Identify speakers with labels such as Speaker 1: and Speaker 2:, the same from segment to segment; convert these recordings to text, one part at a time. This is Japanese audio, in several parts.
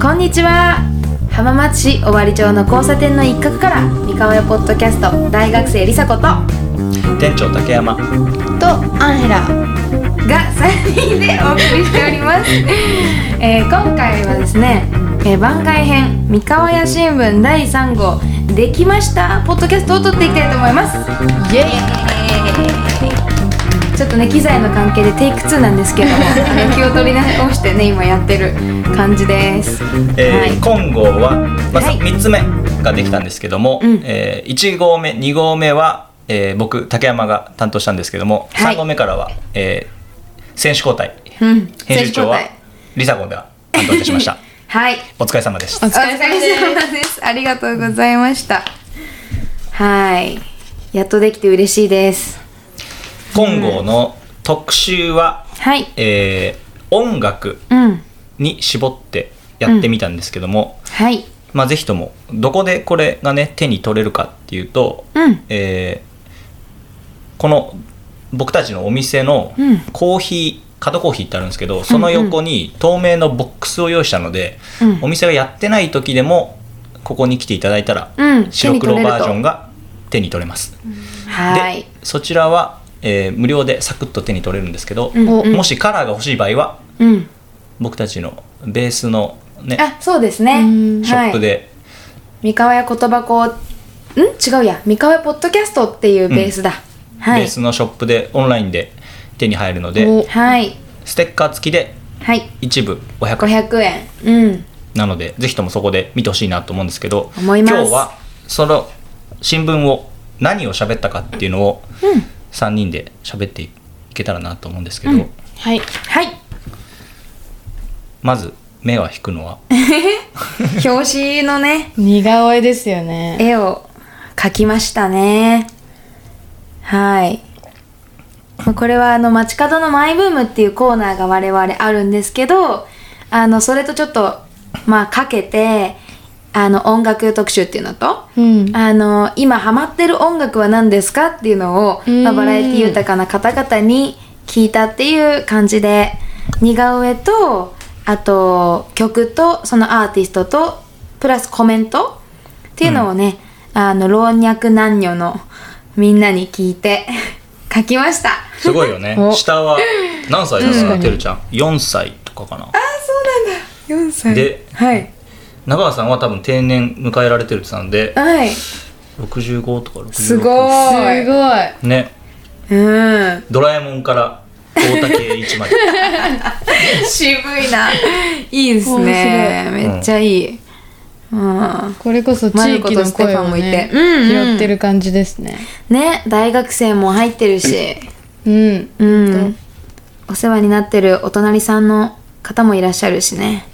Speaker 1: こんにちは浜松市尾張町の交差点の一角から三河屋ポッドキャスト大学生りさこと
Speaker 2: 店長竹山
Speaker 3: とアンヘラ
Speaker 1: が3人でお送りしております、 えー今回はですね、えー番外編三河屋新聞第3号できましたポッドキャストを撮っていきたいと思います
Speaker 3: イエイ
Speaker 1: ちょっとね機材の関係でテイク2なんですけども あの気を取り直してね今やってる感じです、
Speaker 2: えー
Speaker 1: はい
Speaker 2: 今号は、まあ
Speaker 1: はい
Speaker 2: 3つ目ができたんですけども、
Speaker 1: うん
Speaker 2: え1号目2号目は、えー僕竹山が担当したんですけども、
Speaker 1: はい
Speaker 2: 3号目からは、えー選手交代
Speaker 1: うん、
Speaker 2: 編集長は
Speaker 1: 選手交代
Speaker 2: リサゴンが担当いたしました
Speaker 1: はい
Speaker 2: お疲れ様でし
Speaker 3: お
Speaker 2: た
Speaker 1: お疲れ様ですありがとうございましたはいやっとできて嬉しいです
Speaker 2: 今号の特集は、
Speaker 1: はい
Speaker 2: えー音楽
Speaker 1: うん
Speaker 2: に絞ってやってみたんですけども、
Speaker 1: はい
Speaker 2: まあ、ぜひともどこでこれがね手に取れるかっていうと、
Speaker 1: うん
Speaker 2: えーこの僕たちのお店の
Speaker 1: うん
Speaker 2: コーヒー、角コーヒーってあるんですけどその横に透明のボックスを用意したので、
Speaker 1: うん
Speaker 2: お店がやってない時でもここに来ていただいたら、
Speaker 1: うん
Speaker 2: 白
Speaker 1: 手に取
Speaker 2: 黒
Speaker 1: れると
Speaker 2: バージョンが手に取れます。
Speaker 1: はい
Speaker 2: でそちらは、えー無料でサクッと手に取れるんですけど、
Speaker 1: うん
Speaker 3: うん
Speaker 2: もしカラーが欲しい場合は
Speaker 1: うん
Speaker 2: 僕たちのベースの、ね、
Speaker 1: あそうですね
Speaker 3: うん
Speaker 2: ショップで
Speaker 1: 三河屋言葉こうん違うや三河屋ポッドキャストっていうベースだ、はい
Speaker 2: ベースのショップでオンラインで手に入るので
Speaker 3: お
Speaker 1: はい
Speaker 2: ステッカー付きで
Speaker 1: はい
Speaker 2: 一部500円
Speaker 1: 500円うん
Speaker 2: なのでぜひともそこで見てほしいなと思うんですけど
Speaker 1: 思います
Speaker 2: 今日はその新聞を何を喋ったかっていうのを3人で喋っていけたらなと思うんですけど、
Speaker 1: うん
Speaker 3: はい
Speaker 1: はい
Speaker 2: まず目は引くのは
Speaker 1: 表紙のね
Speaker 3: 似顔絵ですよね
Speaker 1: 絵を描きましたねはいまあこれはあの街角のマイブームっていうコーナーが我々あるんですけどあのそれとちょっとまあかけてあの音楽特集っていうのと、
Speaker 3: うん
Speaker 1: あの今ハマってる音楽は何ですかっていうのを、まあ
Speaker 3: うん
Speaker 1: バラエティ豊かな方々に聞いたっていう感じで似顔絵とあと曲とそのアーティストとプラスコメントっていうのをね、あの老若男女のみんなに聞いて 書きましたあ
Speaker 2: すごいよね
Speaker 3: お
Speaker 2: 下は何歳だ
Speaker 3: 確
Speaker 2: か
Speaker 3: か
Speaker 2: な
Speaker 3: に
Speaker 2: てるちゃん4歳とかかな
Speaker 1: そうなんだ4歳
Speaker 2: で
Speaker 1: はい
Speaker 2: 中川さんは多分定年迎えられてるって言ってたんで
Speaker 1: はい
Speaker 2: 65とか66
Speaker 1: すごい
Speaker 3: すごい
Speaker 2: ね
Speaker 1: うん
Speaker 2: ドラえもんから大竹栄一まで
Speaker 1: 渋いないいですね
Speaker 2: 白い
Speaker 1: めっちゃいい、うん
Speaker 3: これこそ地
Speaker 1: マ
Speaker 3: 域の声を
Speaker 1: ルコとステファンもい
Speaker 3: ね
Speaker 1: てうんうん
Speaker 3: 拾ってる感じですね
Speaker 1: ね大学生も入ってるし
Speaker 3: うん
Speaker 1: うんお世話になってるお隣さんの方もいらっしゃるしね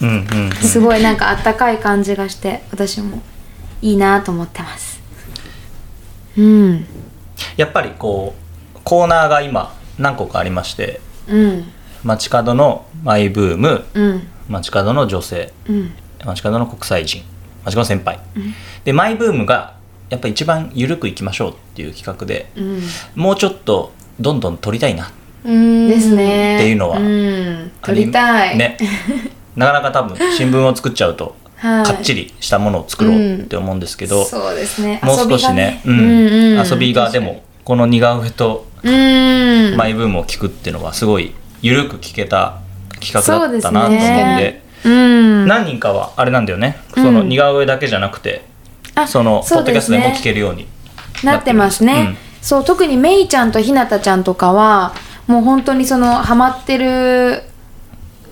Speaker 2: うんうんうん
Speaker 1: すごいなんかあったかい感じがして私もいいなと思ってますうん
Speaker 2: やっぱりこうコーナーが今何個かありまして
Speaker 1: うん
Speaker 2: 街角のマイブーム
Speaker 1: うん
Speaker 2: 街角の女性
Speaker 1: うん
Speaker 2: 街角の国際人街角の先輩、でマイブームがやっぱり一番緩くいきましょうっていう企画で
Speaker 1: うん
Speaker 2: もうちょっとどんどん撮りたいな
Speaker 3: うん
Speaker 1: ですね
Speaker 2: っていうのは
Speaker 1: うん撮りたい
Speaker 2: ねなかなか多 分新聞を作っちゃうと
Speaker 1: はい
Speaker 2: かっちりしたものを作ろうって思うんですけど、
Speaker 1: そうですね
Speaker 2: もう少しね
Speaker 1: 遊びがね
Speaker 2: うん遊びがでもこの似顔絵と
Speaker 1: うん
Speaker 2: マイブームを聞くっていうのはすごい緩く聞けた企画だったなと思う
Speaker 1: そう
Speaker 2: ん
Speaker 1: です
Speaker 2: で
Speaker 1: ねうん
Speaker 2: 何人かはあれなんだよねその似顔絵だけじゃなくて、
Speaker 1: あ
Speaker 2: そのポ
Speaker 1: そ
Speaker 2: ッド
Speaker 1: う
Speaker 2: キャ
Speaker 1: で
Speaker 2: ス
Speaker 1: す
Speaker 2: ト
Speaker 1: ね
Speaker 2: でも聞けるように
Speaker 1: なってますね、
Speaker 2: うん
Speaker 1: そう特にメイちゃんとひなたちゃんとかはもう本当にそのハマってる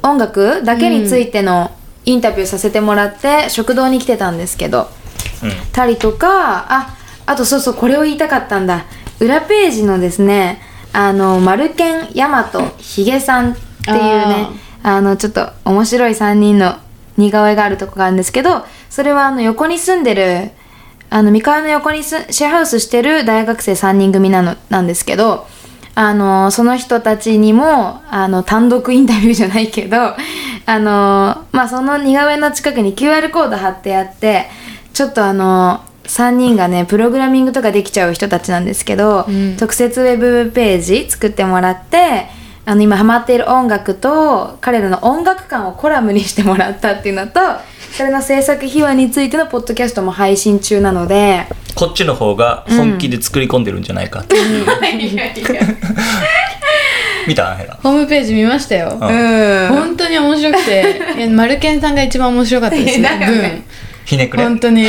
Speaker 1: 音楽だけについてのインタビューさせてもらって食堂に来てたんですけど
Speaker 2: うん
Speaker 1: たりとかああとそうそうこれを言いたかったんだ裏ページのですねあのマルケンヤマトヒゲさんっていうね
Speaker 3: あー
Speaker 1: あのちょっと面白い3人の似顔絵があるとこがあるんですけどそれはあの横に住んでるあの三河の横にすシェアハウスしてる大学生3人組なのなんですけどあのその人たちにもあの単独インタビューじゃないけどあの、まあ、その似顔絵の近くに QR コード貼ってあってちょっとあの3人がねプログラミングとかできちゃう人たちなんですけど、
Speaker 3: うん
Speaker 1: 特設ウェブページ作ってもらってあの今ハマっている音楽と彼らの音楽観をコラムにしてもらったっていうのとそれの制作秘話についてのポッドキャストも配信中なので
Speaker 2: こっちの方が本気で作り込んでるんじゃないかっていう、見たヘラ
Speaker 3: ホームページ見ましたよ。
Speaker 2: うん
Speaker 1: うん
Speaker 3: 本当に面白 くて、いやマルケンさんが一番面白かったです
Speaker 1: だよ
Speaker 3: ね
Speaker 1: ね。
Speaker 2: ひねく
Speaker 3: 文
Speaker 2: れ
Speaker 3: 本 当に。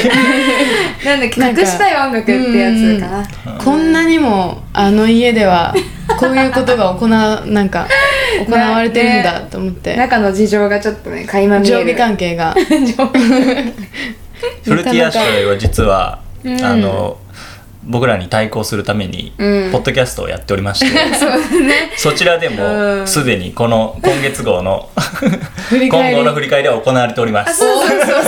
Speaker 1: なんだっけ
Speaker 3: なんか
Speaker 1: 隠したい音楽ってやつかな
Speaker 3: こんなにもあの家ではこういうことが行わなんか行われてるんだと思って、
Speaker 1: 中の事情がちょっとね垣間見える
Speaker 3: 上下関 係が
Speaker 2: フルティアショイは実は、あの僕らに対抗するために、
Speaker 1: うん
Speaker 2: ポッドキャストをやっており ましてそちらで
Speaker 1: う
Speaker 2: も
Speaker 1: ん
Speaker 2: すでにこの今月号 の
Speaker 3: 振り
Speaker 2: 今
Speaker 3: 返
Speaker 2: 後の振
Speaker 3: り
Speaker 2: り返りは行われておりま
Speaker 1: あ
Speaker 2: す
Speaker 1: そうそうそうそうそ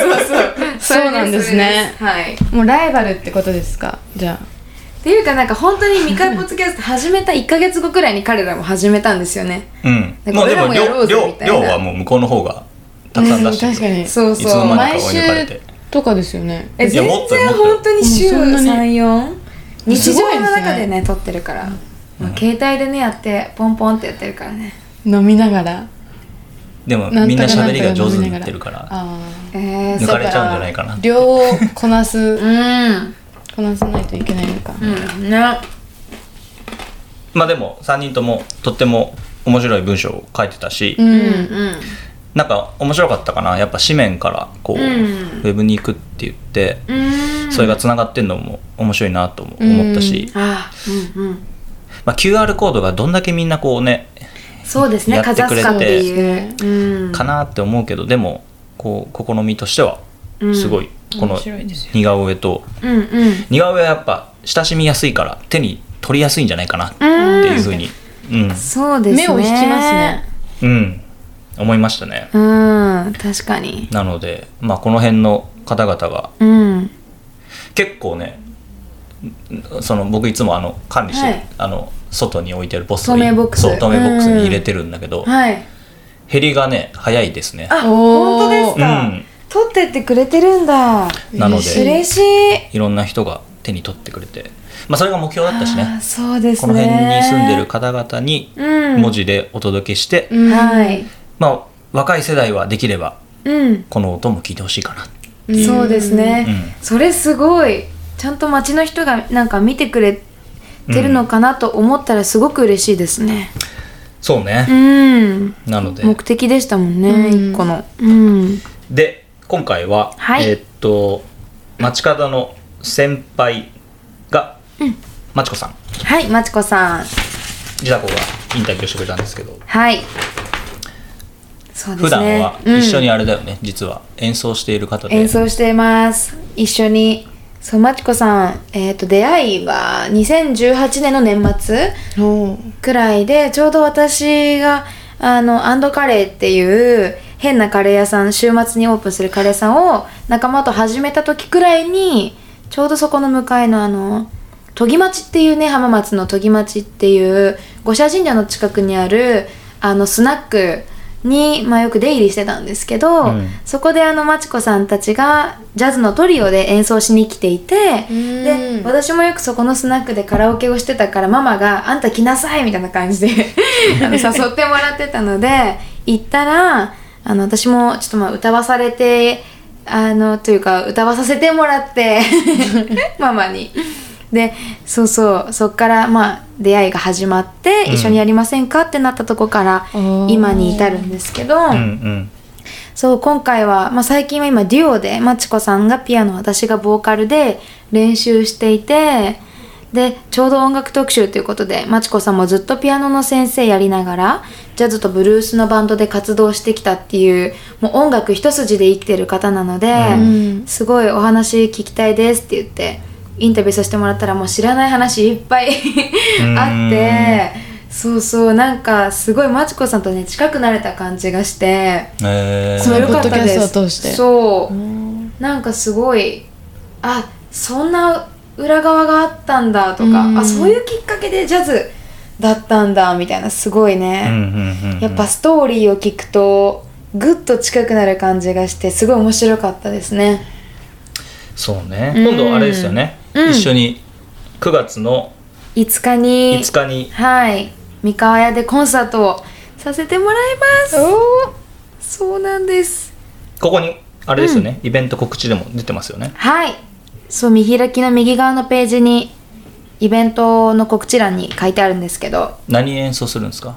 Speaker 1: う
Speaker 3: そうなんですね
Speaker 1: それはい
Speaker 3: もうライバルってことですかじゃあ
Speaker 1: っていうかなんか本当に未開ポッドキャスト始めた1か月後くらいに彼らも始めたんですよね
Speaker 2: うん
Speaker 1: なんか
Speaker 2: もうでも
Speaker 1: 俺らもやろ
Speaker 2: 量
Speaker 1: うぜ
Speaker 2: 量
Speaker 1: みたいな
Speaker 2: 量はもう向こうの方がたくさん出してるよ、
Speaker 3: うん確かに
Speaker 1: そう
Speaker 2: いつの
Speaker 1: そう
Speaker 2: 間に
Speaker 3: 毎
Speaker 2: か追い
Speaker 3: 週
Speaker 2: 抜かれて
Speaker 3: とかですよね
Speaker 1: え
Speaker 2: いや
Speaker 1: 全
Speaker 2: もっとよ
Speaker 1: 然
Speaker 2: も
Speaker 1: 本
Speaker 2: っとよ
Speaker 1: 当に週
Speaker 3: うんそんな
Speaker 1: 34日
Speaker 3: すごい
Speaker 1: 常
Speaker 3: ですね
Speaker 1: の中でね撮ってるから、まあ、携帯でねやってポンポンってやってるからね
Speaker 3: 飲みながら
Speaker 2: でも
Speaker 3: なん
Speaker 2: みんな
Speaker 3: とか
Speaker 2: 喋りが上手に
Speaker 3: な
Speaker 2: なんっ
Speaker 3: と
Speaker 2: てる
Speaker 3: か飲みながら
Speaker 2: から
Speaker 3: あー
Speaker 1: えー、
Speaker 2: 抜
Speaker 1: そ
Speaker 2: か
Speaker 1: う
Speaker 2: れちゃうんじゃないかなって
Speaker 3: 量をこなす
Speaker 1: うん
Speaker 3: こなさないといけないのか、
Speaker 1: うんね
Speaker 2: まあでも3人ともとっても面白い文章を書いてたし、
Speaker 3: う
Speaker 1: うんんうん
Speaker 2: なんか面白かったかなやっぱ紙面からこう、
Speaker 1: うん
Speaker 2: ウェブに行くって言って、
Speaker 1: うん
Speaker 2: それがつながってんのも面白いなとも
Speaker 3: うん
Speaker 2: 思ったし、
Speaker 1: あーうんうん
Speaker 2: まあ、QR コードがどんだけみんなこうね
Speaker 1: そうですね
Speaker 2: や
Speaker 1: か
Speaker 2: って
Speaker 1: ざす
Speaker 2: くれて
Speaker 1: かっていう、うん、
Speaker 2: かなって思うけどでもこう試みとしては
Speaker 1: うん
Speaker 2: すごい、この
Speaker 3: 面白いですよ
Speaker 2: 似顔絵と
Speaker 1: うんうん
Speaker 2: 似顔絵はやっぱ親しみやすいから手に取りやすいんじゃないかなって
Speaker 1: うん
Speaker 2: いうふうに、うん
Speaker 1: そうですね
Speaker 3: 目を引きますね
Speaker 2: うん、思いましたね。
Speaker 1: うん確かに
Speaker 2: なので、まあ、この辺の方々が
Speaker 1: うん
Speaker 2: 結構ねその僕いつもあの管理して、
Speaker 1: はい
Speaker 2: あの外に置いてるボス
Speaker 1: 透明ボックス
Speaker 2: そう透明ボックスに入れてるんだけど、
Speaker 1: はい
Speaker 2: 減りがね早いですね
Speaker 1: あ
Speaker 3: おー
Speaker 1: 本当ですか、
Speaker 2: うん
Speaker 1: 撮ってってくれてるんだ
Speaker 2: なの
Speaker 3: 嬉し
Speaker 2: で
Speaker 1: 嬉しい
Speaker 2: いろんな人が手に取ってくれて、まあ、それが目標だったし
Speaker 1: あー
Speaker 2: ね
Speaker 1: そうです
Speaker 2: こ
Speaker 1: ね
Speaker 2: の辺に住んでる方々に
Speaker 1: うん
Speaker 2: 文字でお届けして、
Speaker 3: うん
Speaker 1: はい
Speaker 2: まあ、若い世代はできれば
Speaker 1: うん、
Speaker 2: この音も聞いてほしいかな、
Speaker 3: ん
Speaker 1: そうですね、
Speaker 2: う
Speaker 1: それすごいちゃんと街の人がなんか見てくれてるのかなと思ったらすごく嬉しいですね
Speaker 2: そうね
Speaker 1: う、ん、
Speaker 2: なので
Speaker 1: 目的でしたもんね、
Speaker 3: うん
Speaker 1: 一個のうん
Speaker 2: で今回は、
Speaker 1: はい
Speaker 2: えーっと町方の先輩が、まちこさん
Speaker 1: はいまちこさん
Speaker 2: 自宅がインタビューしてくれたんですけど、
Speaker 1: はいそうですね
Speaker 2: 普段は一緒
Speaker 1: うん
Speaker 2: にあれだよね、実は演奏している方で
Speaker 1: 演奏しています一緒にそうまちこさん、えー、と出会いは2018年の年末
Speaker 3: おー
Speaker 1: くらいでちょうど私があのアンドカレーっていう変なカレー屋さん週末にオープンするカレー屋さんを仲間と始めた時くらいにちょうどそこの向かいのあの研ぎ町っていうね浜松の研ぎ町っていう五社神社の近くにあるあのスナックに、まあ、よく出入りしてたんですけど、
Speaker 2: うん
Speaker 1: そこであのまちこさんたちがジャズのトリオで演奏しに来ていて
Speaker 3: うん
Speaker 1: で私もよくそこのスナックでカラオケをしてたからママが「あんた来なさい」みたいな感じで あの誘ってもらってたので行ったらあの私もちょっとまあ歌わされてあのというか歌わさせてもらって ママに。でそうそうそっからまあ出会いが始まって、
Speaker 2: うん
Speaker 1: 一緒にやりませんかってなったとこから
Speaker 3: おー
Speaker 1: 今に至るんですけど、
Speaker 2: うんうん
Speaker 1: そう今回は、まあ、最近は今デュオでまちこさんがピアノ私がボーカルで練習していてでちょうど音楽特集ということでまちこさんもずっとピアノの先生やりながらジャズとブルースのバンドで活動してきたっていうもう音楽一筋で生きてる方なので、
Speaker 3: うん
Speaker 1: すごいお話聞きたいですって言ってインタビューさせてもらったらもう知らない話いっぱい あってそうそうなんかすごいまちこさんとね近くなれた感じがして。
Speaker 2: えー
Speaker 3: そ
Speaker 1: そうう
Speaker 3: よ
Speaker 1: よ
Speaker 3: か
Speaker 1: か
Speaker 3: っ
Speaker 1: ったた
Speaker 3: です
Speaker 1: ですそううんなんかすごいあそんな裏側があったんだとか、
Speaker 3: うん
Speaker 1: あそういうきっかけでジャズだったんだみたいなすごい
Speaker 2: うん
Speaker 1: ね、
Speaker 2: うんうん
Speaker 1: やっぱストーリーを聞くとぐっと近くなる感じがしてすごい面白かったですね
Speaker 2: そうね
Speaker 1: うん
Speaker 2: 今度あれですよね、
Speaker 1: うん
Speaker 2: 一緒に9月の
Speaker 1: 5日に
Speaker 2: 5日に
Speaker 1: はい三河屋でコンサートをさせてもらいます
Speaker 3: お
Speaker 1: そうなんです
Speaker 2: ここにあれですよね、イベント告知でも出てますよね
Speaker 1: はいそう見開きの右側のページにイベントの告知欄に書いてあるんですけど
Speaker 2: 何演奏するんですか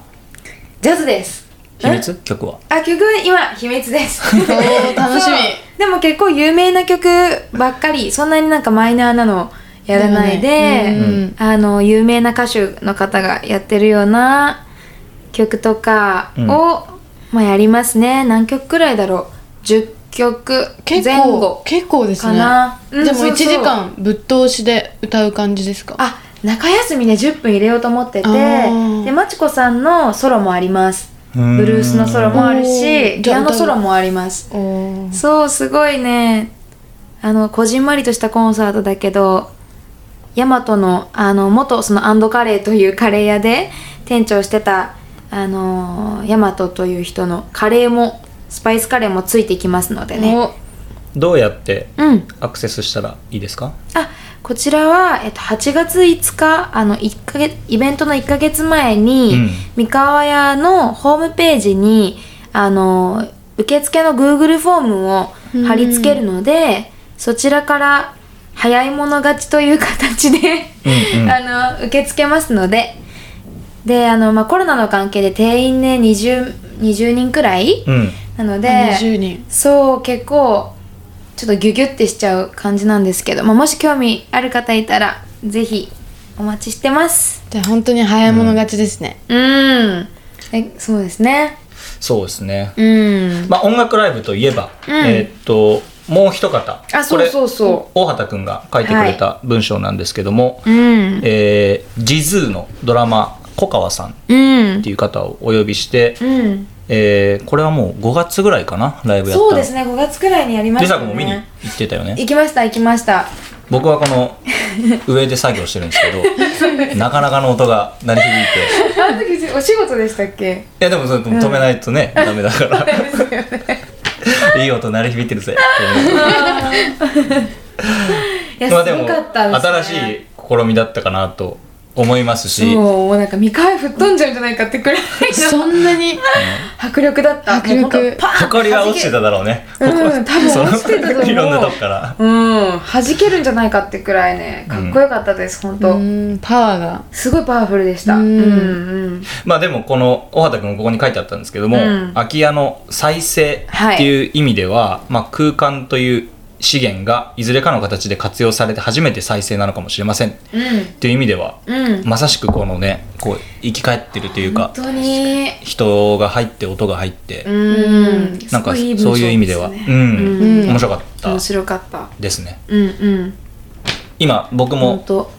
Speaker 1: ジャズです
Speaker 2: 秘密曲は
Speaker 1: あ曲今秘密です
Speaker 3: おー 楽し
Speaker 1: そ
Speaker 3: み
Speaker 1: うでも結構有名な曲ばっかりそんなになんかマイナーなのやらないで、
Speaker 3: だよねうん
Speaker 1: あの有名な歌手の方がやってるような曲とかを、
Speaker 2: うん
Speaker 1: まあやりますね何曲くらいだろう10曲
Speaker 3: 結
Speaker 1: 前
Speaker 3: 構
Speaker 1: 後
Speaker 3: 結構です
Speaker 1: か
Speaker 3: ね
Speaker 1: なうん
Speaker 3: でも
Speaker 1: そうそう
Speaker 3: 1時間ぶっ通しで歌う感じですか
Speaker 1: あ中休みね10分入れようと思ってて
Speaker 3: あー
Speaker 1: でまちこさんのソロもあります
Speaker 2: うーん
Speaker 1: ブルースのソロもある
Speaker 3: お
Speaker 1: し
Speaker 3: ーじ
Speaker 1: ピ
Speaker 3: ゃあ
Speaker 1: アノ
Speaker 3: 歌う
Speaker 1: ソロもあります
Speaker 3: おー
Speaker 1: そうすごいねあのこじんまりとしたコンサートだけどヤマトのあの元そのアンドカレーというカレー屋で店長してたあのーヤマトという人のカレーもスパイスカレーもついてきますのでね
Speaker 3: お
Speaker 2: どうやって
Speaker 1: うん
Speaker 2: アクセスしたらいいですか
Speaker 1: あこちらは、えっと、8月5日あの1か月イベントの1ヶ月前に、
Speaker 2: うん
Speaker 1: 三河屋のホームページにあの受付の Google フォームを貼り付けるので、そちらから早い者勝ちという形で、
Speaker 2: うんうん
Speaker 1: あの受け付けますのでであの、まあ、コロナの関係で定員ね 20, 20人くらい、
Speaker 2: うん
Speaker 1: なので
Speaker 3: 20人
Speaker 1: そう結構ちょっとギュギュってしちゃう感じなんですけど、まあ、もし興味ある方いたらぜひお待ちしてます
Speaker 3: じゃあ本当に早い者勝ちですね
Speaker 1: うんえそうですね
Speaker 2: そうですね、
Speaker 1: うん
Speaker 2: まあ音楽ライブといえば、
Speaker 1: ん
Speaker 2: えーっともう一方
Speaker 1: あそうそうそ
Speaker 2: これ大畑くんが書いてくれた文章なんですけども、
Speaker 1: ううん
Speaker 2: えージズーのドラマ小川さんっ
Speaker 1: うん
Speaker 2: ていう方をお呼びして、
Speaker 1: うん
Speaker 2: えーこれはもう5月ぐらいかなライブやったの
Speaker 1: そうですね5月くらいにやりま
Speaker 2: デ
Speaker 1: した
Speaker 2: ザ
Speaker 1: ね
Speaker 2: 君も見に行ってたよね
Speaker 1: 行きました行きました
Speaker 2: 僕はこの上で作業してるんです けどなかなかの音が鳴り響いて
Speaker 1: あの時お仕事でしたっ け
Speaker 2: いやでもそれ止めないとね、ダメだから いい音鳴り響いて るぜって思う
Speaker 1: いや、
Speaker 2: まあ
Speaker 1: す
Speaker 2: でも
Speaker 1: ごかったです、ね、
Speaker 2: 新しい試みだったかなと思いますし
Speaker 1: もうなんか未開封飛んじゃうんじゃないかってくらいの
Speaker 3: そんなに
Speaker 1: 迫力だった
Speaker 3: 迫力
Speaker 1: もうほんとパーンって
Speaker 2: 誇りは落ちてただろうね
Speaker 1: うん多分落ちてたと思う
Speaker 2: いろんなとこから
Speaker 1: うん弾けるんじゃないかってくらいねかっこよかったです、
Speaker 3: う
Speaker 1: 本当
Speaker 3: ーんパワーが
Speaker 1: すごいパワフルでしたう
Speaker 3: うんん
Speaker 1: うん
Speaker 2: まあでもこの小畑君もここに書いてあったんですけども、
Speaker 1: うん
Speaker 2: 空き家の再生っていう意味では、まあ、空間という資源がいずれかの形で活用されて初めて再生なのかもしれませんっ
Speaker 1: うん
Speaker 2: ていう意味では、
Speaker 1: うん
Speaker 2: まさしくこのねこう生き返ってるという
Speaker 1: 本
Speaker 2: か
Speaker 1: 当に
Speaker 2: 人が入って音が入って、
Speaker 1: うん
Speaker 2: なんか
Speaker 1: すごいいい文章
Speaker 2: そういう意味では
Speaker 1: す
Speaker 2: う
Speaker 1: ね
Speaker 2: ん
Speaker 1: うん
Speaker 2: 面白かった
Speaker 1: 面白かった
Speaker 2: ですね
Speaker 1: うんうん
Speaker 2: 今僕
Speaker 1: 本
Speaker 2: も
Speaker 1: 当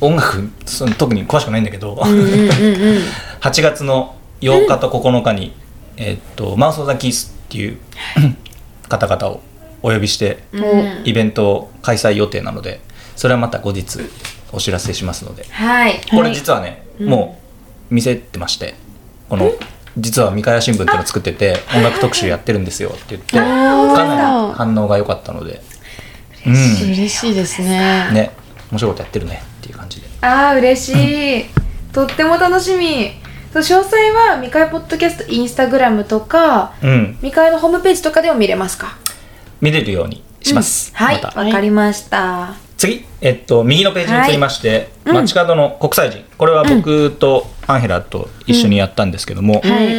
Speaker 2: 音楽その特に詳しくないんだけど、
Speaker 1: うんうんう んうん
Speaker 2: 8月の8日と9日に、えーっとマウス・オブザ・キースっていう 方々をお呼びして、
Speaker 1: うん
Speaker 2: イベントを開催予定なのでそれはまた後日お知らせしますので
Speaker 1: はい
Speaker 2: これ実はね、もう見せてましてこの実は「三河屋新聞」っていうのを作ってて音楽特集やってるんですよって言ってかなり反応が良かったので、うん、
Speaker 3: 嬉しいですね
Speaker 2: ね面白いことやってるねっていう感じで
Speaker 1: あー嬉しいとっても楽しみそう詳細は未開ポッドキャストインスタグラムとか
Speaker 2: うん
Speaker 1: 未開のホームページとかでも見れますか
Speaker 2: 見れるようにします、
Speaker 1: はい
Speaker 2: また
Speaker 1: わかりました
Speaker 2: 次、えっと、右のページに移りまして、街角の国際人これは僕とアンヘラと一緒にやったんですけども、
Speaker 3: はい
Speaker 1: う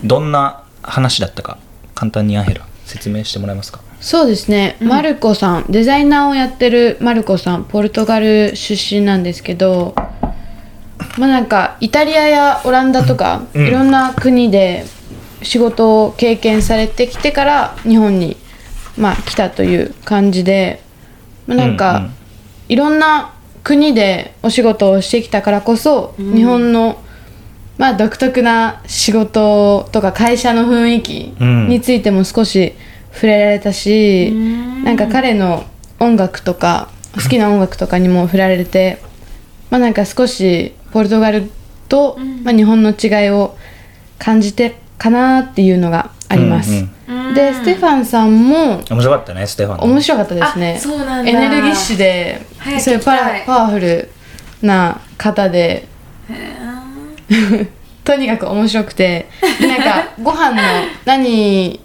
Speaker 1: ん
Speaker 2: どんな話だったか簡単にアンヘラ説明してもらえますか
Speaker 3: そうですね、マルコさんデザイナーをやってるマルコさんポルトガル出身なんですけどまあなんかイタリアやオランダとか、
Speaker 2: うん
Speaker 3: いろんな国で仕事を経験されてきてから日本に、まあ、来たという感じで、まあ、なんか、
Speaker 2: うんうん
Speaker 3: いろんな国でお仕事をしてきたからこそ、日本の、まあ、独特な仕事とか会社の雰囲気
Speaker 2: うん
Speaker 3: についても少し触れられたし、なんか彼の音楽とか好きな音楽とかにも触られて、まあなんか少しポルトガルと、まあ、日本の違いを感じてかなっていうのがあります。
Speaker 1: うんうん
Speaker 3: でステファンさんも
Speaker 2: 面白かったねステファンの
Speaker 3: 面白かったですね
Speaker 1: あそうなんだ
Speaker 3: エネルギッシュで
Speaker 1: 早く
Speaker 3: そういうパ
Speaker 1: 聞きたい
Speaker 3: ワパワフルな方で とにかく面白くてでな んかご飯の何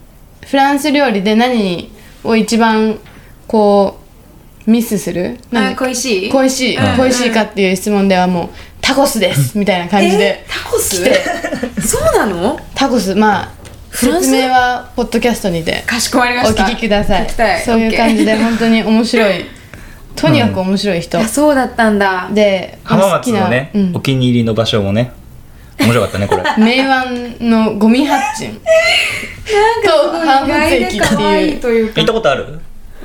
Speaker 3: フランス料理で何を一番こうミスするなん
Speaker 1: あ
Speaker 3: か
Speaker 1: 恋しい
Speaker 3: 恋しい
Speaker 2: うん
Speaker 3: 恋しいかっていう質問ではもうタコスですみたいな感じで
Speaker 1: えタコス
Speaker 3: 来て
Speaker 1: そうなの
Speaker 3: タコスまあ
Speaker 1: フランス
Speaker 3: 説明はポッドキャストにて
Speaker 1: かしこまりま
Speaker 3: お
Speaker 1: した
Speaker 3: 聞きくださ
Speaker 1: 聞きた
Speaker 3: いそういう感じで本当に面 白いとにかく面白い人
Speaker 1: あそうだったんだ
Speaker 3: で
Speaker 2: 浜
Speaker 3: 好
Speaker 2: 松
Speaker 3: き
Speaker 2: の
Speaker 3: な
Speaker 2: ね、
Speaker 3: うん
Speaker 2: お気に入りの場所もね面白かったねこれ
Speaker 3: 名湾のゴミ発賃と浜
Speaker 1: 意
Speaker 3: 松
Speaker 1: 外
Speaker 3: 駅
Speaker 1: で
Speaker 3: って
Speaker 1: 可愛
Speaker 3: い
Speaker 1: いというか
Speaker 2: 行ったことある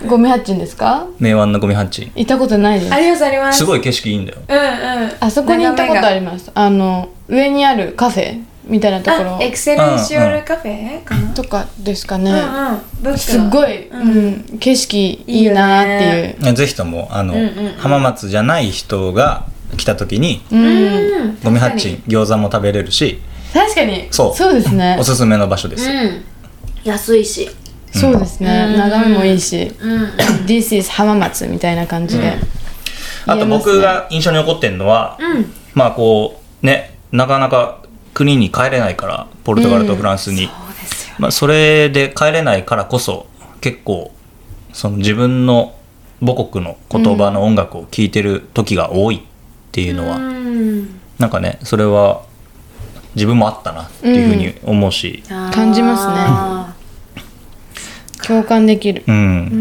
Speaker 3: うゴミ発賃ですか
Speaker 2: 名湾のゴミ発置
Speaker 3: 行ったことないです
Speaker 1: ありますあります
Speaker 2: す
Speaker 1: い
Speaker 2: ごい景色いいんだよ
Speaker 1: うんうん
Speaker 3: あそこに行ったことあ
Speaker 1: る
Speaker 3: りますあの上にあるカフェみたいなとこ
Speaker 1: あ
Speaker 3: ろ
Speaker 1: エクセレンシオルカフェかな
Speaker 3: とかですか
Speaker 1: う
Speaker 3: ね
Speaker 1: んうんどっち
Speaker 3: す
Speaker 1: だ
Speaker 3: っごい、うん景色いいなーって
Speaker 2: ねぜひともあの、
Speaker 1: んうんうん
Speaker 2: 浜松じゃない人が来た時に
Speaker 3: いう、うん
Speaker 1: うん
Speaker 2: ゴミ発置餃子も食べれるし
Speaker 3: 確かに
Speaker 2: そう
Speaker 3: ですね
Speaker 2: おすすめの場所です、
Speaker 1: うん安いし
Speaker 3: そうですね、
Speaker 1: うん
Speaker 3: 眺めもいいし
Speaker 1: うん
Speaker 3: 「This is 浜松」みたいな感じで、
Speaker 2: あと僕が印象に残ってるのは、
Speaker 1: うん
Speaker 2: まあこうねなかなか国に帰れないからポルトガルとフランス
Speaker 1: そ
Speaker 2: に、
Speaker 1: うですよ
Speaker 2: まあ、それで帰れないからこそ結構その自分の母国の言葉の音楽を聴いてる時が多いっていうのは、
Speaker 1: うん
Speaker 2: なんかねそれは自分もあったなっていうふうに思うし、
Speaker 3: 感じますね
Speaker 1: あ
Speaker 3: 共感できる
Speaker 2: うん
Speaker 1: ー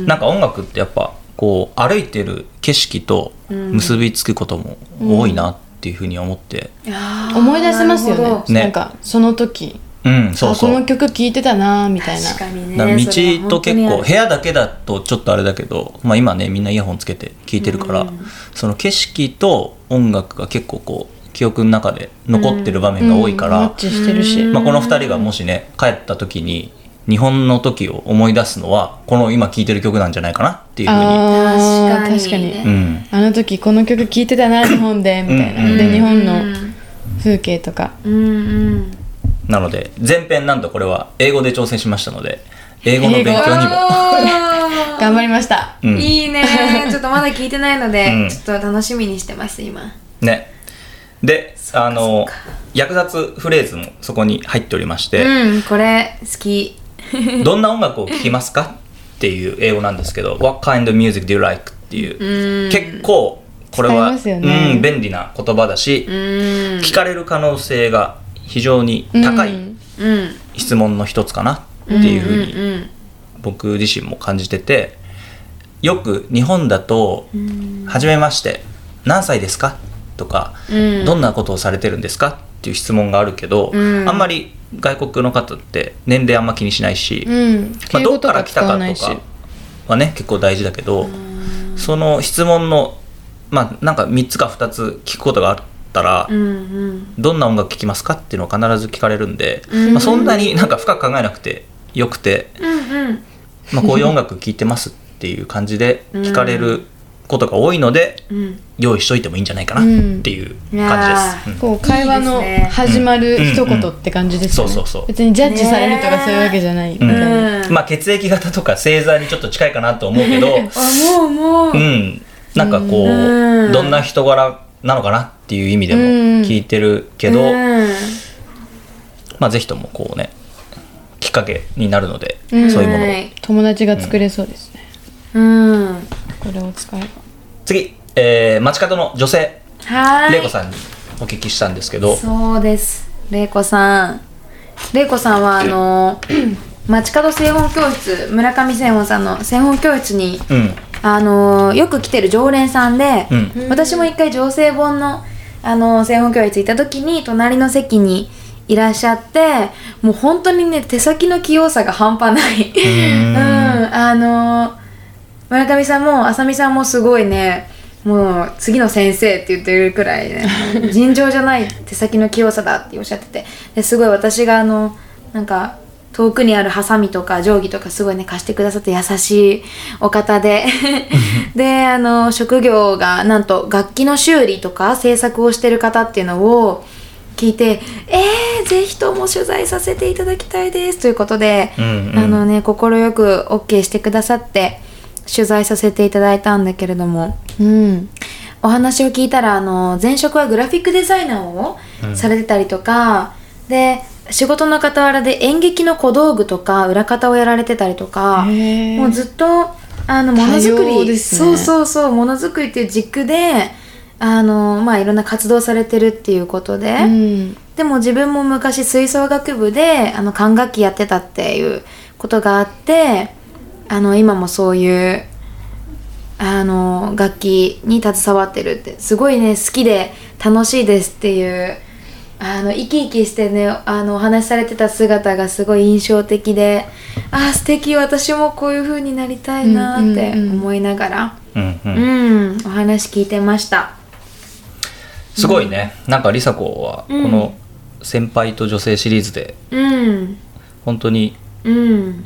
Speaker 1: うん
Speaker 2: なんか音楽ってやっぱこう歩いてる景色と結びつくことも多いなっていうふうに思って、
Speaker 1: あー
Speaker 3: 思い出せますよ
Speaker 1: なる
Speaker 3: ね
Speaker 1: ほど
Speaker 2: ね
Speaker 3: なんかその時
Speaker 2: うんそう
Speaker 3: あこ
Speaker 2: そう
Speaker 3: の曲聴いてたなーみたいな
Speaker 1: 確かにね
Speaker 2: だから道と
Speaker 1: そ
Speaker 2: 結
Speaker 1: れは
Speaker 2: 構
Speaker 1: 本当に
Speaker 2: 部屋だけだとちょっとあれだけど、まあ、今ねみんなイヤホンつけて聴いてるから、その景色と音楽が結構こう記憶の中で残ってる場面が多いから、
Speaker 3: マッチしてるし、
Speaker 2: まあ、この2人がもしね帰った時に日本の時を思い出すのはこの今聴いてる曲なんじゃないかなっていうふうに。
Speaker 3: あー
Speaker 1: 確かに
Speaker 3: 確
Speaker 2: う
Speaker 3: か
Speaker 2: ん
Speaker 3: あの時この曲聴いてたな日本でみたいな、
Speaker 2: うん
Speaker 3: で日本
Speaker 1: う
Speaker 3: の
Speaker 1: ん
Speaker 3: 風景とか
Speaker 1: うんうん
Speaker 2: なので前編なんとこれは英語で挑戦しましたので英語の勉
Speaker 3: 英語
Speaker 2: 強にも
Speaker 1: おー
Speaker 3: 頑張りました、
Speaker 2: うん
Speaker 1: い いねちょっとまだ聞いてないので、
Speaker 2: うん
Speaker 1: ちょっと楽しみにしてます今
Speaker 2: ねであの役立つフレーズもそこに入っておりまして、
Speaker 1: うんこれ好き
Speaker 2: どんな音楽を聴きますかっていう英語なんですけど「What kind of music do you like?」っていう、
Speaker 1: うん
Speaker 2: 結構これは、
Speaker 3: 使えますよね
Speaker 2: うん、便利な言葉だし、
Speaker 1: うん
Speaker 2: 聞かれる可能性が非常に高い
Speaker 3: うん
Speaker 1: うん
Speaker 2: 質問の一つかなっていうふうに
Speaker 1: うんうん
Speaker 2: 僕自身も感じててよく日本だと「はじめまして何歳ですか?」とか、
Speaker 1: うん
Speaker 2: どんなことをされてるんですか?」っていう質問があるけど、
Speaker 1: うん
Speaker 2: あんまり外国の方って年齢あんま気にしないし、
Speaker 3: うん
Speaker 2: まあ、
Speaker 3: 敬
Speaker 2: ど
Speaker 3: 語
Speaker 2: っ
Speaker 3: と
Speaker 2: から
Speaker 3: か
Speaker 2: 来
Speaker 3: 使
Speaker 2: た
Speaker 3: わ
Speaker 2: か
Speaker 3: ない
Speaker 2: と
Speaker 3: し
Speaker 2: かはね結構大事だけど、その質問のまあなんか3つか2つ聞くことがあったら、
Speaker 1: うんうん
Speaker 2: どんな音楽聴きますかっていうのは必ず聞かれるんで、まあ、そんなになんか深く考えなくてよくて、
Speaker 1: うんうん
Speaker 2: まあ、こういう音楽聴いてますっていう感じで聞かれることが多いので、
Speaker 1: うん
Speaker 2: 用意しといてもいいんじゃないかなっていう感じです。うん
Speaker 3: こう会話の始まる一言って感じですよね、
Speaker 2: うんうんうんそうそうそう
Speaker 3: 別にジャッジされるとかそういうわけじゃない、
Speaker 2: うん
Speaker 1: うん
Speaker 2: まあ血液型とか星座にちょっと近いかなと思う けど、
Speaker 1: あもうもう、
Speaker 2: うん、なんかこう、
Speaker 1: うん
Speaker 2: どんな人柄なのかなっていう意味でも
Speaker 3: うん
Speaker 2: 聞いてるけど、
Speaker 1: うん
Speaker 2: まあぜひともこうねきっかけになるので、
Speaker 3: うん
Speaker 2: そういうものを
Speaker 1: はい
Speaker 3: 友達が作れそうですね、
Speaker 1: うんは
Speaker 3: これを使えば
Speaker 2: 次、えー街角の女性
Speaker 1: ーい
Speaker 2: 玲子さんにお聞きしたんですけど、
Speaker 1: そうです玲子さん玲子さんはあ の街角製本教室村上製本さんの製本教室に、
Speaker 2: うん
Speaker 1: あのよく来てる常連さんで、
Speaker 2: う
Speaker 1: 私も一回女性本の、あの製本教室行った時に隣の席にいらっしゃってもう本当にね手先の器用さが半端ない うん、あの村上さんも浅見さんもすごいねもう次の先生って言ってるくらいね尋常じゃない手先の器用さだっておっしゃっててですごい私があのなんか遠くにあるハサミとか定規とかすごいね貸してくださって優しいお方 でであの職業がなんと楽器の修理とか制作をしてる方っていうのを聞いて「えー、ぜひとも取材させていただきたいです」ということで、
Speaker 2: うんうん
Speaker 1: あのね快く OK してくださって取材させていただいたんだけれども
Speaker 3: うん、
Speaker 1: お話を聞いたらあの前職はグラフィックデザイナーを
Speaker 2: うん
Speaker 1: されてたりとか、で仕事の傍らで演劇の小道具とか裏方をやられてたりとか、
Speaker 3: へー
Speaker 1: もうずっとあのものづく
Speaker 3: 多様
Speaker 1: り、
Speaker 3: です
Speaker 1: そ
Speaker 3: ね
Speaker 1: うそうそうものづくりっていう軸であの、まあ、いろんな活動されてるっていうことで、
Speaker 3: うん
Speaker 1: でも自分も昔吹奏楽部であの管楽器やってたっていうことがあってあの今もそういうあの楽器に携わってるってすごいね好きで楽しいですっていうあの生き生きしてねあのお話しされてた姿がすごい印象的でああ素敵私もこういう風になりたいなーって
Speaker 3: うんうんうん
Speaker 1: 思いながら、
Speaker 2: うんう
Speaker 1: うんんお話聞いてました。
Speaker 2: すごいねなんか梨紗子はこ
Speaker 1: うん
Speaker 2: の「先輩と女性」シリーズで
Speaker 1: うん、
Speaker 2: 本当に
Speaker 1: うん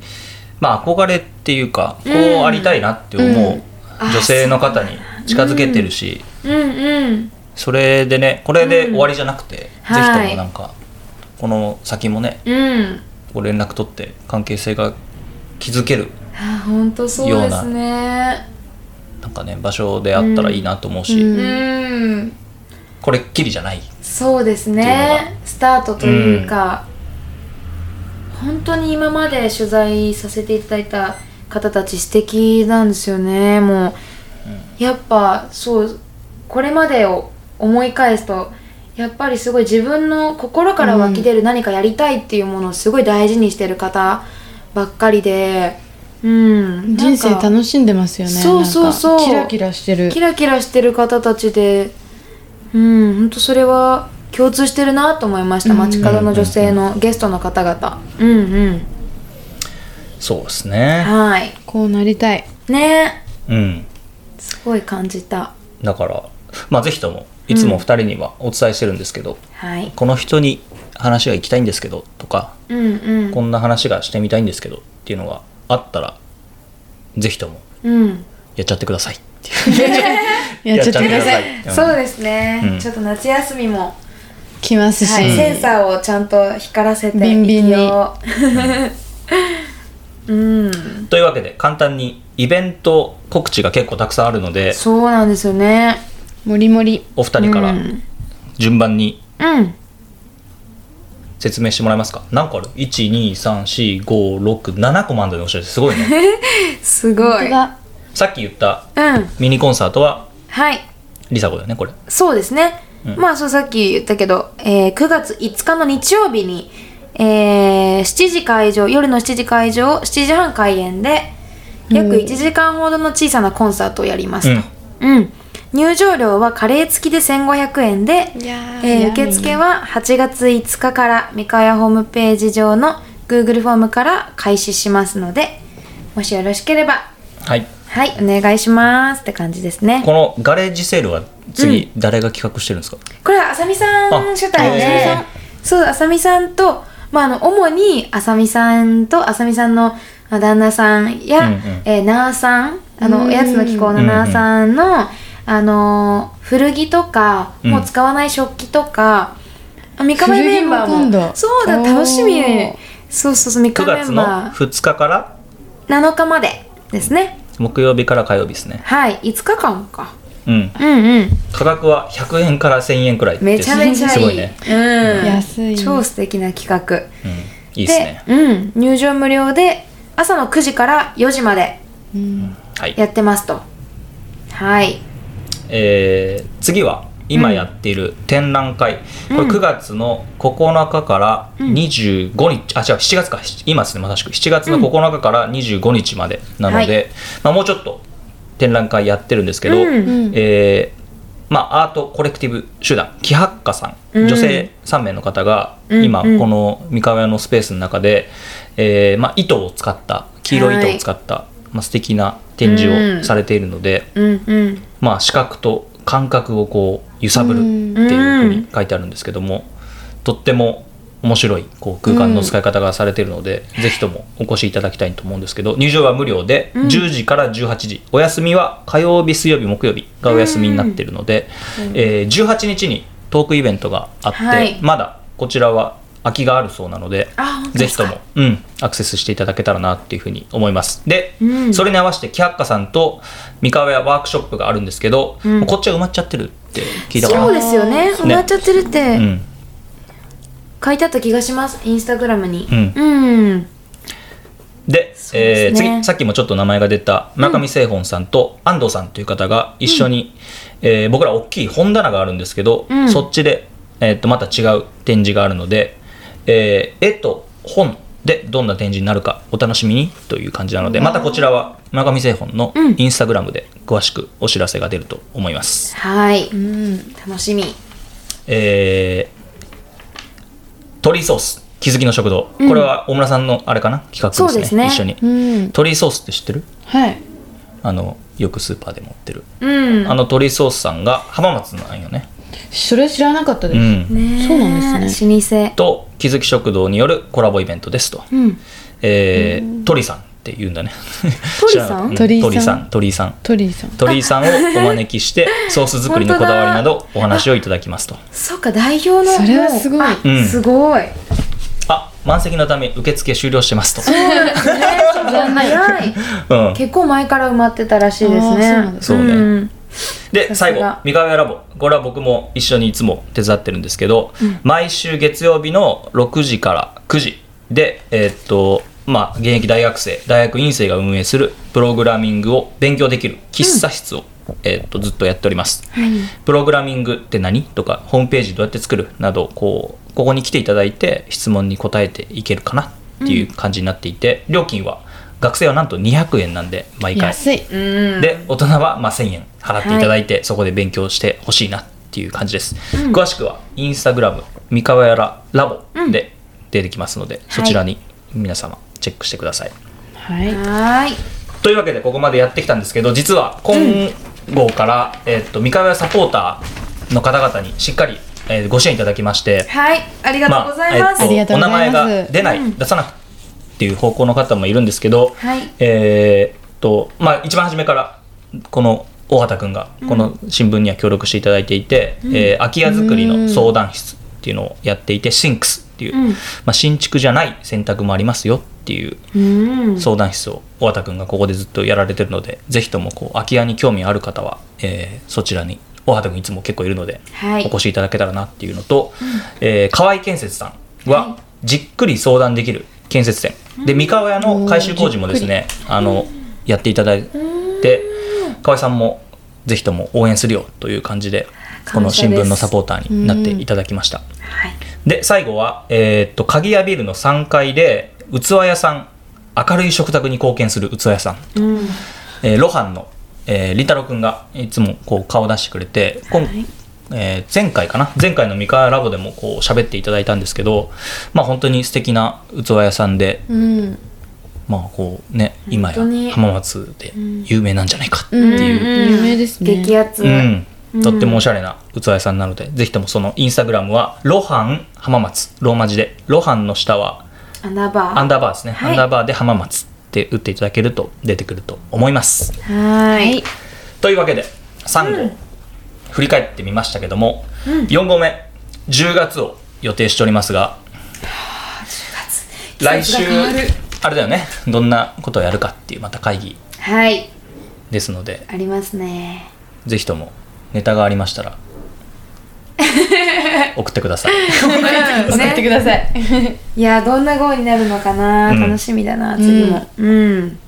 Speaker 2: まあ憧れっていうかこ
Speaker 1: う
Speaker 2: うんありたいなって思ううん
Speaker 1: あ
Speaker 2: 女性の方に近づけてるし
Speaker 1: うんうん
Speaker 2: それでねこれで終わりじゃなくてぜひと
Speaker 1: はい
Speaker 2: もなんかこの先もね
Speaker 1: うん。
Speaker 2: ご連絡取って関係性が築ける
Speaker 1: あ、本当そうですね。
Speaker 2: なんかね場所であったらいいなと思う
Speaker 3: う
Speaker 2: し
Speaker 3: ん
Speaker 1: うん。
Speaker 2: これっきりじゃない
Speaker 1: そうです
Speaker 2: っていう
Speaker 1: ね。スタートというか、本当に今まで取材させていただいた方たち素敵なんですよね。もう、やっぱそうこれまでを思い返すと。やっぱりすごい自分の心から湧き出る何かやりたいっていうものをすごい大事にしてる方ばっかりで、うん、なん
Speaker 3: 人
Speaker 1: か
Speaker 3: 生楽しんでますよね
Speaker 1: そうそうそう
Speaker 3: なんかキラキラしてる
Speaker 1: キラキラしてる方たちでうん本当それは共通してるなと思いました、
Speaker 3: うん
Speaker 1: 街角の女性のゲストの方々うんうん
Speaker 2: そうですね
Speaker 1: はい
Speaker 3: こうなりたい
Speaker 1: ね
Speaker 2: うん
Speaker 1: すごい感じた
Speaker 2: だからまあぜひともいつも2人にはお伝えしてるんですけど、
Speaker 1: はい
Speaker 2: この人に話が行きたいんですけどとか
Speaker 1: うんうん
Speaker 2: こんな話がしてみたいんですけどっていうのがあったらぜひとも
Speaker 1: うん
Speaker 2: やっちゃってくださいっていう
Speaker 3: やっちゃってください
Speaker 2: い
Speaker 1: そうですね、
Speaker 2: うん
Speaker 1: ちょっと夏休みも、
Speaker 3: 来ますし、
Speaker 1: はいセンサーをちゃんと光らせて
Speaker 3: ビンビンに
Speaker 1: いきよううん
Speaker 2: というわけで簡単にイベント告知が結構たくさんあるので
Speaker 1: そうなんですよね
Speaker 3: もりもり
Speaker 2: お二人から
Speaker 1: うん
Speaker 2: 順番に
Speaker 1: うん
Speaker 2: 説明してもらえますか何個ある ?1234567 個もあるんだねおしゃれすごい ね
Speaker 1: すご
Speaker 3: 本
Speaker 1: いう
Speaker 3: 当
Speaker 1: ん
Speaker 3: だ
Speaker 2: さっき言った
Speaker 1: は
Speaker 2: ミニコンサートはいりさ子だよねこれ
Speaker 1: そうですね、
Speaker 2: うん
Speaker 1: まあそうさっき言ったけど、えー9月5日の日曜日に、えー7時会場夜の7時会場7時半開演で約
Speaker 3: うん
Speaker 1: 1時間ほどの小さなコンサートをやりますと、
Speaker 2: う
Speaker 1: うん入場料はカレー付きで1500円で、
Speaker 3: いやー
Speaker 1: えー
Speaker 3: やめ
Speaker 1: 受付は8月5日から三河屋ホームページ上の Google フォームから開始しますのでもしよろしければ
Speaker 2: んはい
Speaker 1: はいお願いしますって感じですね
Speaker 2: このガレージセールは次誰が企画してるんですか、
Speaker 1: これはあさみさん主体で、
Speaker 2: あへー
Speaker 1: そうあさみさんと、まあ、あの主にあさみさんとあさみさんのまあ旦那さんや、
Speaker 2: うんうん
Speaker 1: えーなあさんあ
Speaker 3: う
Speaker 1: の
Speaker 3: ん
Speaker 1: おやつの気候のなあさんの、あのー古着とか、
Speaker 2: うん
Speaker 1: もう使わない食器とかあ三
Speaker 3: 古
Speaker 1: 河
Speaker 3: 着も
Speaker 1: メンバーも
Speaker 3: 今度
Speaker 1: そうだ
Speaker 3: おー
Speaker 1: 楽しみそうそうそう三
Speaker 2: 9
Speaker 1: 河メ
Speaker 2: 月
Speaker 1: ン
Speaker 2: の
Speaker 1: バー
Speaker 2: 2日から
Speaker 1: 7日までですね
Speaker 2: 木曜日から火曜日ですね
Speaker 1: はい5日間か
Speaker 2: うん
Speaker 1: うんうん
Speaker 2: 価格は100円から1000円くらいです
Speaker 1: めちゃめちゃいい
Speaker 2: すごいね、
Speaker 1: うん、
Speaker 3: 安い
Speaker 1: 超素敵な企画
Speaker 2: うん、いいですね
Speaker 1: うん、入場無料で朝の9時から4時まで
Speaker 3: うん
Speaker 2: はい
Speaker 1: やってますとはい
Speaker 2: えー次は今やっている展覧会、
Speaker 1: うん
Speaker 2: これ9月の9日から25日、あ違う7月かし今ですねまさしく7月の9日から25日までなので、まあ、もうちょっと展覧会やってるんですけど、
Speaker 1: うん
Speaker 3: うん
Speaker 2: えーまあ、アートコレクティブ集団キハッカさん、
Speaker 1: うん
Speaker 2: 女性3名の方が
Speaker 1: うん
Speaker 2: 今
Speaker 1: うん
Speaker 2: この三河屋のスペースの中で、えーまあ、糸を使った黄色い糸を使った、まあ、素敵な展示をされているので。
Speaker 1: うんうん
Speaker 2: まあ、視覚と感覚をこう揺さぶるっていうふうに書いてあるんですけども、とっても面白いこう空間の使い方がされているので、ぜひともお越しいただきたいと思うんですけど入場は無料で
Speaker 1: うん
Speaker 2: 10時から18時、お休みは火曜日水曜日木曜日がお休みになっているので、えー18日にトークイベントがあって、
Speaker 1: はい
Speaker 2: まだこちらは空きがあるそうなので
Speaker 1: あ本当
Speaker 2: ぜ
Speaker 1: で
Speaker 2: ひ
Speaker 1: すか
Speaker 2: とも、うん、アクセスしていただけたらなっていうふうに思いますで、
Speaker 1: うん
Speaker 2: それに合わせてキャッカさんと三河屋ワークショップがあるんですけど、
Speaker 1: ん
Speaker 2: もうこっちは埋まっちゃってるって聞いたから
Speaker 1: そうですよね埋まっちゃってるって、
Speaker 2: うん、
Speaker 1: 書いてあった気がしますインスタグラムに
Speaker 2: うん
Speaker 1: うん
Speaker 2: で
Speaker 1: うで
Speaker 2: えー
Speaker 1: すね
Speaker 2: 次さっきもちょっと名前が出た村上製本さんと安藤さんという方が一緒に、えー僕ら大きい本棚があるんですけど、
Speaker 1: うん
Speaker 2: そっちで、えーっとまた違う展示があるので、えー絵と本でどんな展示になるかお楽しみにという感じなのでまたこちらは村上製本の
Speaker 1: うん
Speaker 2: インスタグラムで詳しくお知らせが出ると思います。
Speaker 1: はい
Speaker 3: うん
Speaker 1: 楽しみ
Speaker 2: えー、鶏ソース気づきの食堂、
Speaker 1: うん
Speaker 2: これは大村さんのあれかな企画ですね
Speaker 1: そうですね
Speaker 2: 一緒に、
Speaker 3: うん
Speaker 2: 鶏ソースって知ってる
Speaker 3: はい
Speaker 2: あのよくスーパーで持ってる、
Speaker 1: うん
Speaker 2: あの鶏ソースさんが浜松なんよね、
Speaker 3: それ知らなかった
Speaker 2: う
Speaker 3: です、
Speaker 2: ん
Speaker 1: ねえ
Speaker 3: そうなんです
Speaker 1: 老舗
Speaker 2: と気づき食堂によるコラボイベントですと、
Speaker 1: うん
Speaker 2: えー鳥さんって言うんだね
Speaker 1: 鳥
Speaker 2: 知
Speaker 1: さん
Speaker 2: らなかったうん
Speaker 3: 鳥さん
Speaker 2: 鳥さん鳥さん
Speaker 3: 鳥 居さん
Speaker 2: 鳥さんをお招きしてソース作りのこだわりなどお話をいただきますと
Speaker 1: そうか代表の
Speaker 3: それはすごい
Speaker 1: もうあ
Speaker 2: うん
Speaker 1: すごい
Speaker 2: あ満席のため受付終了してますと
Speaker 1: 早い
Speaker 2: うん、
Speaker 1: 結構前から埋まってたらしいですね
Speaker 3: あーそうなんだ
Speaker 2: そうね
Speaker 1: んさす
Speaker 2: で
Speaker 1: が
Speaker 2: 最後三河屋ラボこれは僕も一緒にいつも手伝ってるんですけど、毎週月曜日の6時から9時でえーっとまあ現役大学生大学院生が運営するプログラミングを勉強できる喫茶室を、えーっとずっとやっております、プログラミングって何とかホームページどうやって作るなどこうここに来ていただいて質問に答えていけるかなっていう感じになっていて、料金は学生はなんと200円なんで毎回
Speaker 3: 安い
Speaker 1: うん
Speaker 2: で大人はまあ1000円払っていただいて、そこで勉強してほしいなっていう感じです、詳しくはインスタグラム三河屋らラボで出てきますので、そちらに皆様チェックしてください、
Speaker 3: はい
Speaker 1: はーい
Speaker 2: というわけでここまでやってきたんですけど実は今後から、えっと三河屋サポーターの方々にしっかり、えーご支援いただきまして、
Speaker 1: はいありがとうございます、
Speaker 3: ありがとう
Speaker 2: お
Speaker 3: ござ
Speaker 2: 名
Speaker 3: います
Speaker 2: 前が出ない、出さなくっていう方向の方もいるんですけど、
Speaker 1: はい
Speaker 2: えーっとまあ一番初めからこの大畑くんがこの新聞には協力していただいていて、えー空き家づくりの相談室っていうのをやっていて、シンクスっていう、
Speaker 1: うん
Speaker 2: まあ、新築じゃない選択もありますよっていう
Speaker 1: うん
Speaker 2: 相談室を尾形くんがここでずっとやられてるのでぜひともこう空き家に興味ある方は、えーそちらに尾形くんいつも結構いるので、
Speaker 1: はい
Speaker 2: お越しいただけたらなっていうのと、えー河合建設さんはじっくり相談できる建設店、で三河屋の改修工事もですねあのやっていただいて河合さんもぜひとも応援するよという感じでこの
Speaker 1: 感謝
Speaker 2: 新
Speaker 1: です
Speaker 2: 聞のサポーターになっていただきました。
Speaker 1: はい
Speaker 2: で最後は、えーっと鍵屋ビルの3階で器屋さん明るい食卓に貢献する器屋さん、
Speaker 1: うん
Speaker 2: えーロハンの、えー、りんたろくんがいつもこう顔を出してくれて、今えー前回かな前回の三河ラボでもこう喋っていただいたんですけどまあ本当に素敵な器屋さんで、
Speaker 3: うん
Speaker 2: まあこうね今や
Speaker 1: 本当に
Speaker 2: 浜松で有名なんじゃないかって
Speaker 3: うん
Speaker 2: いう、
Speaker 3: 有名ですね
Speaker 1: 激アツ、
Speaker 2: うん、とってもおしゃれな器屋さんなので、ぜひともそのインスタグラムはロハン浜松ローマ字でロハンの下は
Speaker 1: アナバー
Speaker 2: アンダーバーですね、
Speaker 1: はい
Speaker 2: アンダーバーで浜松って打っていただけると出てくると思います
Speaker 1: はーい
Speaker 2: というわけで3号、振り返ってみましたけども、4号目10月を予定しておりますが来週
Speaker 1: 季節が変わる
Speaker 2: あれだよねどんなことをやるかっていうまた会議
Speaker 1: はい
Speaker 2: ですので
Speaker 1: ありますね
Speaker 2: ぜひともネタがありまし たら送ってください
Speaker 3: 送ってくだ さい
Speaker 1: いやどんな号になるのかな、
Speaker 2: うん
Speaker 1: 楽しみだな次もうん、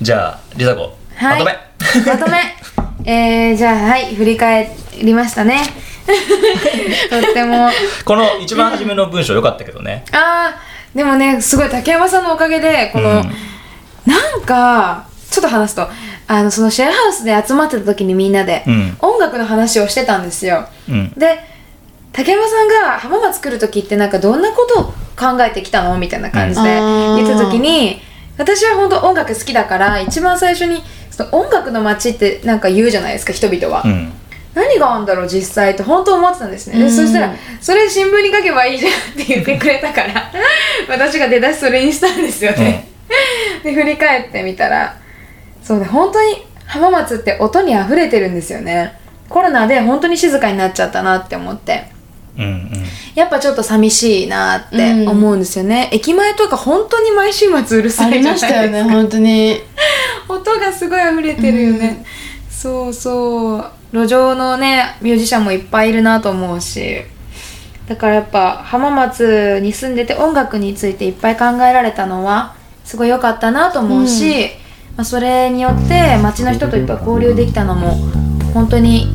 Speaker 2: じゃあリザ子、
Speaker 1: はい
Speaker 2: まとめ
Speaker 1: まとめ えー、じゃあはい振り返りました ねとっても
Speaker 2: この一番初めの文章良かったけどね
Speaker 1: あーでもねすごい竹山さんのおかげでこの、
Speaker 2: うん
Speaker 1: なんかちょっと話すとあのそのシェアハウスで集まってた時にみんなで、
Speaker 2: うん
Speaker 1: 音楽の話をしてたんですよ、
Speaker 2: うん
Speaker 1: で竹山さんが浜松来る時ってなんかどんなことを考えてきたのみたいな感じで
Speaker 3: う
Speaker 1: 言
Speaker 3: ん
Speaker 1: った時に私は本当音楽好きだから一番最初にその音楽の街ってなんか言うじゃないですか人々は、
Speaker 2: うん
Speaker 1: 何があんだろう実際って本当思ってたんですね、で
Speaker 3: うん
Speaker 1: そしたら「それ新聞に書けばいいじゃん」って言ってくれたから 私が出だしそれにしたんですよね、で振り返ってみたらそうね本当に浜松って音にあふれてるんですよねコロナで本当に静かになっちゃったなって思って
Speaker 2: うんうん
Speaker 1: やっぱちょっと寂しいなって思うんですよね、駅前とか本当に毎週末うる
Speaker 3: あ
Speaker 1: さい
Speaker 3: り
Speaker 1: じゃない
Speaker 3: ま
Speaker 1: で
Speaker 3: し
Speaker 1: すか
Speaker 3: た よね本当に
Speaker 1: 音がすごい溢れてるよね、そうそう路上のねミュージシャンもいっぱいいるなと思うしだからやっぱ浜松に住んでて音楽についていっぱい考えられたのはすごい良かったなと思うし、まあ、それによって町の人といっぱい交流できたのも本当に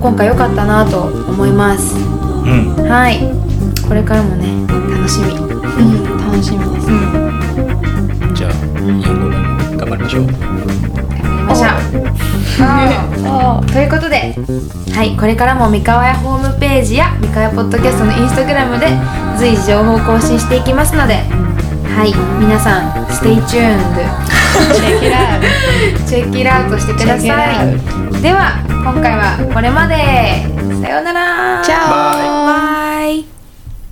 Speaker 1: 今回良かったなと思います
Speaker 2: うん
Speaker 1: はいこれからもね楽しみ、
Speaker 3: うん楽しみです
Speaker 1: うん、
Speaker 2: じゃあ4五年頑張りましょう
Speaker 1: ましょうということで、はい、これからも三河屋ホームページや三河屋ポッドキャストのインスタグラムで随時情報を更新していきますので、はい、皆さん、ステイチューン
Speaker 3: チェキラー
Speaker 1: ド、チェックイラウトしてください。
Speaker 3: チェッ
Speaker 1: では、今回はこれまで。さようなら。
Speaker 3: チャオ
Speaker 1: バイバイ